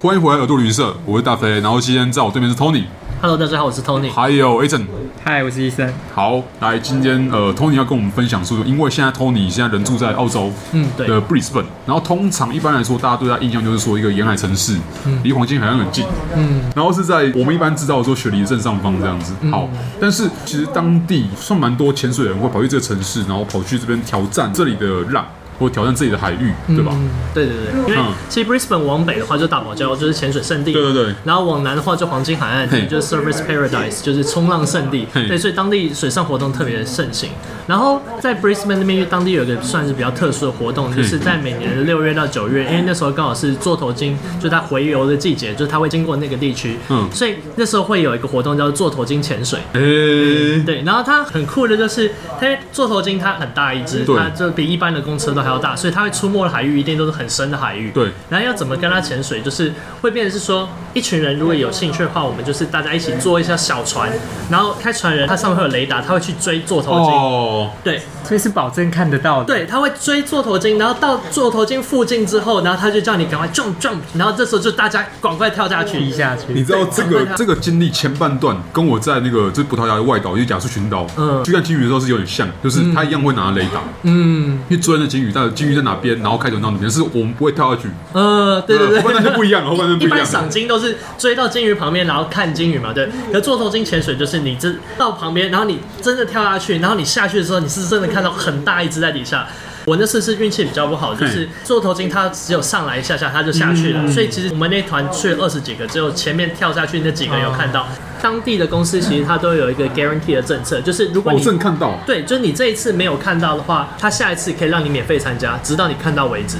欢迎回来耳朵旅社，我是大飞，然后今天在我对面是 Tony， Hello，大家好，我是 Tony。还有 Aton。嗨，我是医生。好，来今天呃，Tony 要跟我们分享说，因为现在 Tony 现在人住在澳洲，嗯，对，的布里斯本，然后通常一般来说，大家对它印象就是说一个沿海城市，离黄金海岸很近，嗯，然后是在我们一般知道说雪梨的正上方这样子。嗯好，但是其实当地算蛮多潜水人会跑去这个城市，然后跑去这边挑战这里的浪，或挑战自己的海域，对吧？对对对，因为嗯其实 Brisbane 往北的话就大堡礁，就是潜水圣地。对对对然后往南的话就黄金海嘿岸，就是 Surface Paradise，就是冲浪圣地。嘿对，所以当地水上活动特别盛行。然后在 Brisbane 那边，因为当地有一个算是比较特殊的活动，就是在每年的六月到九嗯月，因为那时候刚好是座头鲸，就它回游的季节，就是它会经过那个地区。嗯所以那时候会有一个活动叫做座头鲸潜水。嗯诶，对，然后它很酷的就是，它因为座头鲸它很大一只，对它就比一般的公车都还要大，所以它会出没的海域一定都是很深的海域。对然后要怎么跟它潜水，就是会变成是说，一群人如果有兴趣的话，我们就是大家一起做一下小船，然后开船人他上面会有雷达，他会去追座头鲸。哦，对所以是保证看得到的。对，他会追座头鲸，然后到座头鲸附近之后，然后他就叫你赶快 jump jump，然后这时候就大家赶快跳下去踢下你去。知道这个对它这个经历前半段跟我在那个就是葡萄牙的外岛，就亚速群岛，嗯，嗯去看金鱼的时候是有点像，就是他一样会拿雷达，嗯，去追那金鱼，但金鱼在哪边，然后开船到哪边，是我们不会跳下去，呃，对对对，呃后半 段就不一样了，后半段 就一不一般样赏了。金都是追到金鱼旁边，然后看金鱼嘛，对。嗯可座头鲸潜水就是你真到旁边，然后你真的跳下去，然后你下去的时候，你是真的看到很大一只在底下。我那次是运气比较不好，就是座头鲸它只有上来一下下，它就下去了。嗯所以其实我们那团去了二十几个，只有前面跳下去那几个有看哦到。当地的公司其实它都有一个 guarantee 的政策，就是如果哦我你正看到，对，就是你这一次没有看到的话，它下一次可以让你免费参加，直到你看到为止。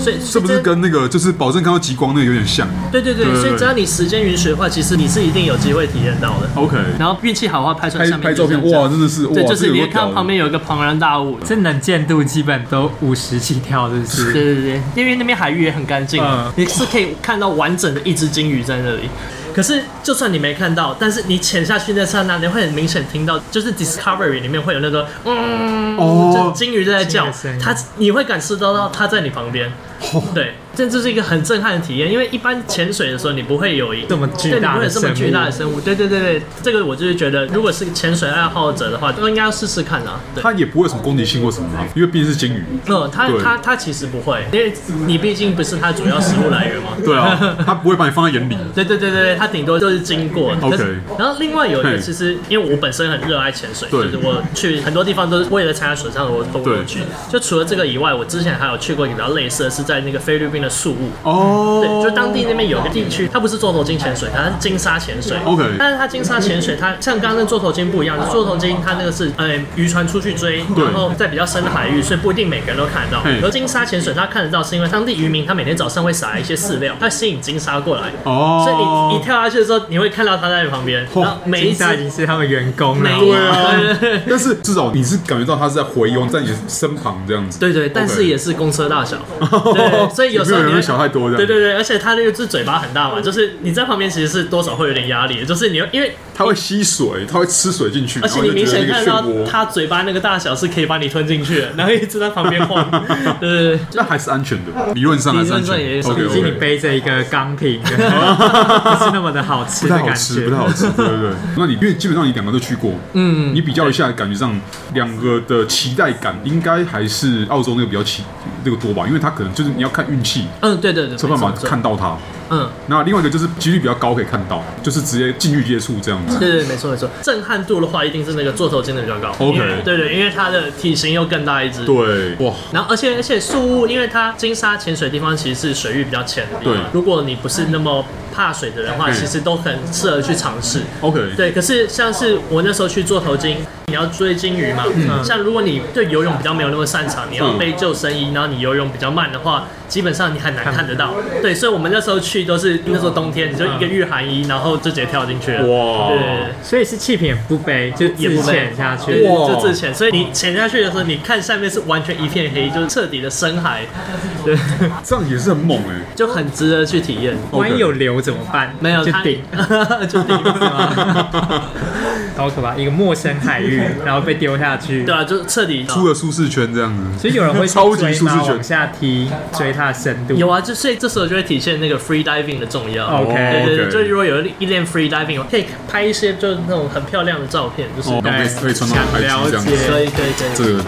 所以是哦不是跟？跟那个就是保证看到极光那个有点像对对对对，所以只要你时间允许的话，其实你是一定有机会体验到的。 ？OK，然后运气好的话，拍出哦来拍相拍片照片，就这样哇，，真的是，哇，对，就是这个你有会看到屌啊嗯旁边有一个庞然大物。这能见度基本都五十起跳，是不对是？对对，因为那边海域也很干净啊，嗯你是可以看到完整的一只金鱼在那里。可是，就算你没看到，但是你潜下去那刹那，你会很明显听到，就是 Discovery 里面会有那个，嗯，哦就金鱼在叫金鱼的声，音它你会感受到到它在你旁边。哦对，这就是一个很震撼的体验，因为一般潜水的时候，你不会有一这么巨大对，你不的会有这么巨大的生物。对对对对，这个我就是觉得，如果是潜水爱好者的话，都应该要试试看啦。啊对，它也不会有什么攻击性或什么嘛，因为毕竟是鲸鱼。嗯，它对它它其实不会，因为你毕竟不是它主要食物来源嘛。对啊，它不会把你放在眼里。对对对对对，它顶多就是经过。 OK 可是然后另外有一嘿个，其实因为我本身很热爱潜水，对就是我去很多地方都是为了参加水上活动对去。就除了这个以外，我之前还有去过一个比较类似的是在那个菲律宾的宿务。哦，对，就当地那边有个地区，它不是座头鲸潜水，它是金沙潜水。 OK 但是它金沙潜水，它像刚刚那座头鲸不一样，座头鲸它那个是呃渔船出去追，对然后在比较深的海域，所以不一定每个人都看得到嘿。而金沙潜水它看得到，是因为当地渔民他每天早上会撒一些饲料，它吸引金沙过来。哦，所以你你跳下去的时候，你会看到它在你旁边，然后每一金只沙已经是他们员工了哦每。一对啊对，但是至少你是感觉到它是在回游在你身旁这样子。对对，但是 OK 也是公车 大小， 对，所以有时候哦没有你人会会想太多这样对对对，而且它那个是嘴巴很大嘛，就是你在旁边其实是多少会有点压力，就是你会因为它会吸水， 它会吃水进去，而且然你后明就觉得显那看个到漩涡，它嘴巴那个大小是可以把你吞进去的，然后一直在旁边 晃，对对对， 那还是安全的，理论上还是安全理的。论上 OK 也是毕竟你 OK。背着一个钢瓶，不是那么的好吃不的太好感吃，不觉太。好 吃，对对对。那你因为基本上你两个都去过，嗯，你比较一下，感觉上两个的期待感应该还是澳洲那个比较期那个多吧，因为它可能就是你要看运气，嗯对对对，才有办法没错看，到它。嗯。那另外一个就是几率比较高可以看到，就是直接近距离接触这样子。对对，没错没错，震撼度的话，一定是那个座头鲸的比较高。 OK 因为对对，因为它的体型又更大一只。对，哇，然后，而且而且宿雾，因为它金沙潜水的地方其实是水域比较浅的地对方，如果你不是那么怕水的人的话，嗯其实都很适合去尝试。 OK，对，可是像是我那时候去做头鲸，你要追鲸鱼嘛，像如果你对游泳比较没有那么擅长，你要嗯背救生衣，然后你游泳比较慢的话，基本上你很难看得到。对，所以我们那时候去都是那时候冬天，你就一个御寒衣，然后就直接跳进去了。哇对对对。所以是气瓶也不背，就也自不被潜下对去。对哇就自潜。所以你潜下去的时候，你看下面是完全一片黑，就是彻底的深海，对，这样也是很猛哎、就很值得去哦体验。 万一有流怎么办？没有就它顶。就顶是吗？好可怕！一个陌生海域，然后被丢下去。对啊，就彻底出了舒适圈这样子。所以有人会去超级追舒适吗圈往下踢，追它的深度。有啊，就所以这时候就会体现那个 free diving 的重要。 OK 哦对对对， OK 就如果有一练 free diving，可以拍一些就是那种很漂亮的照片，就是哎哦，然后可以可以传到 IG 这样了子解。可以可以可以。这个